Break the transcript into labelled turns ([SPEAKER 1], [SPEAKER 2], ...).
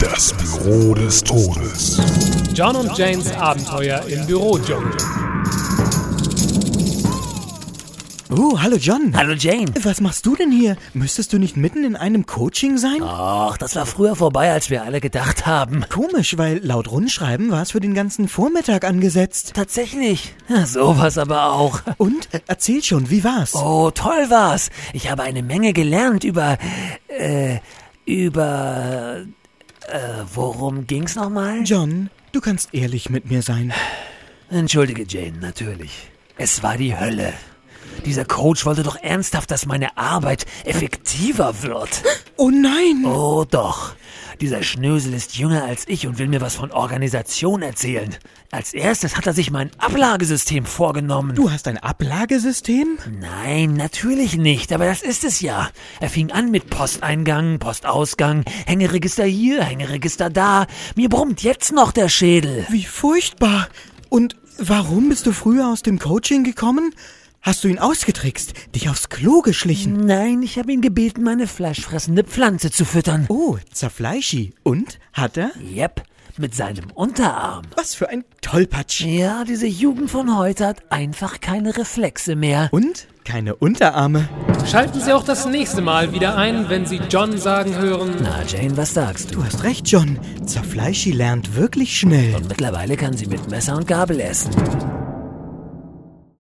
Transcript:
[SPEAKER 1] Das Büro des Todes.
[SPEAKER 2] John und Janes Abenteuer im Bürodschungel.
[SPEAKER 3] Oh, hallo John.
[SPEAKER 4] Hallo Jane.
[SPEAKER 3] Was machst du denn hier? Müsstest du nicht mitten in einem Coaching sein?
[SPEAKER 4] Och, das war früher vorbei, als wir alle gedacht haben.
[SPEAKER 3] Komisch, weil laut Rundschreiben war es für den ganzen Vormittag angesetzt.
[SPEAKER 4] Tatsächlich. Ja, sowas aber auch.
[SPEAKER 3] Und äh, erzähl schon, wie war's?
[SPEAKER 4] Oh, toll war's. Ich habe eine Menge gelernt über. Äh, über. Äh, worum ging's nochmal?
[SPEAKER 3] John, du kannst ehrlich mit mir sein.
[SPEAKER 4] Entschuldige, Jane, natürlich. Es war die Hölle. Dieser Coach wollte doch ernsthaft, dass meine Arbeit effektiver wird.
[SPEAKER 3] Oh nein!
[SPEAKER 4] Oh doch. Dieser Schnösel ist jünger als ich und will mir was von Organisation erzählen. Als erstes hat er sich mein Ablagesystem vorgenommen.
[SPEAKER 3] Du hast ein Ablagesystem?
[SPEAKER 4] Nein, natürlich nicht, aber das ist es ja. Er fing an mit Posteingang, Postausgang, Hängeregister hier, Hängeregister da. Mir brummt jetzt noch der Schädel.
[SPEAKER 3] Wie furchtbar. Und warum bist du früher aus dem Coaching gekommen? Hast du ihn ausgetrickst, dich aufs Klo geschlichen?
[SPEAKER 4] Nein, ich habe ihn gebeten, meine fleischfressende Pflanze zu füttern.
[SPEAKER 3] Oh, zerfleischi. Und? Hat er?
[SPEAKER 4] Yep, mit seinem Unterarm.
[SPEAKER 3] Was für ein Tollpatsch.
[SPEAKER 4] Ja, diese Jugend von heute hat einfach keine Reflexe mehr.
[SPEAKER 3] Und? Keine Unterarme.
[SPEAKER 2] Schalten Sie auch das nächste Mal wieder ein, wenn Sie John sagen hören.
[SPEAKER 4] Na, Jane, was sagst du?
[SPEAKER 3] Du hast recht, John. Zerfleischi lernt wirklich schnell.
[SPEAKER 4] Und mittlerweile kann sie mit Messer und Gabel essen.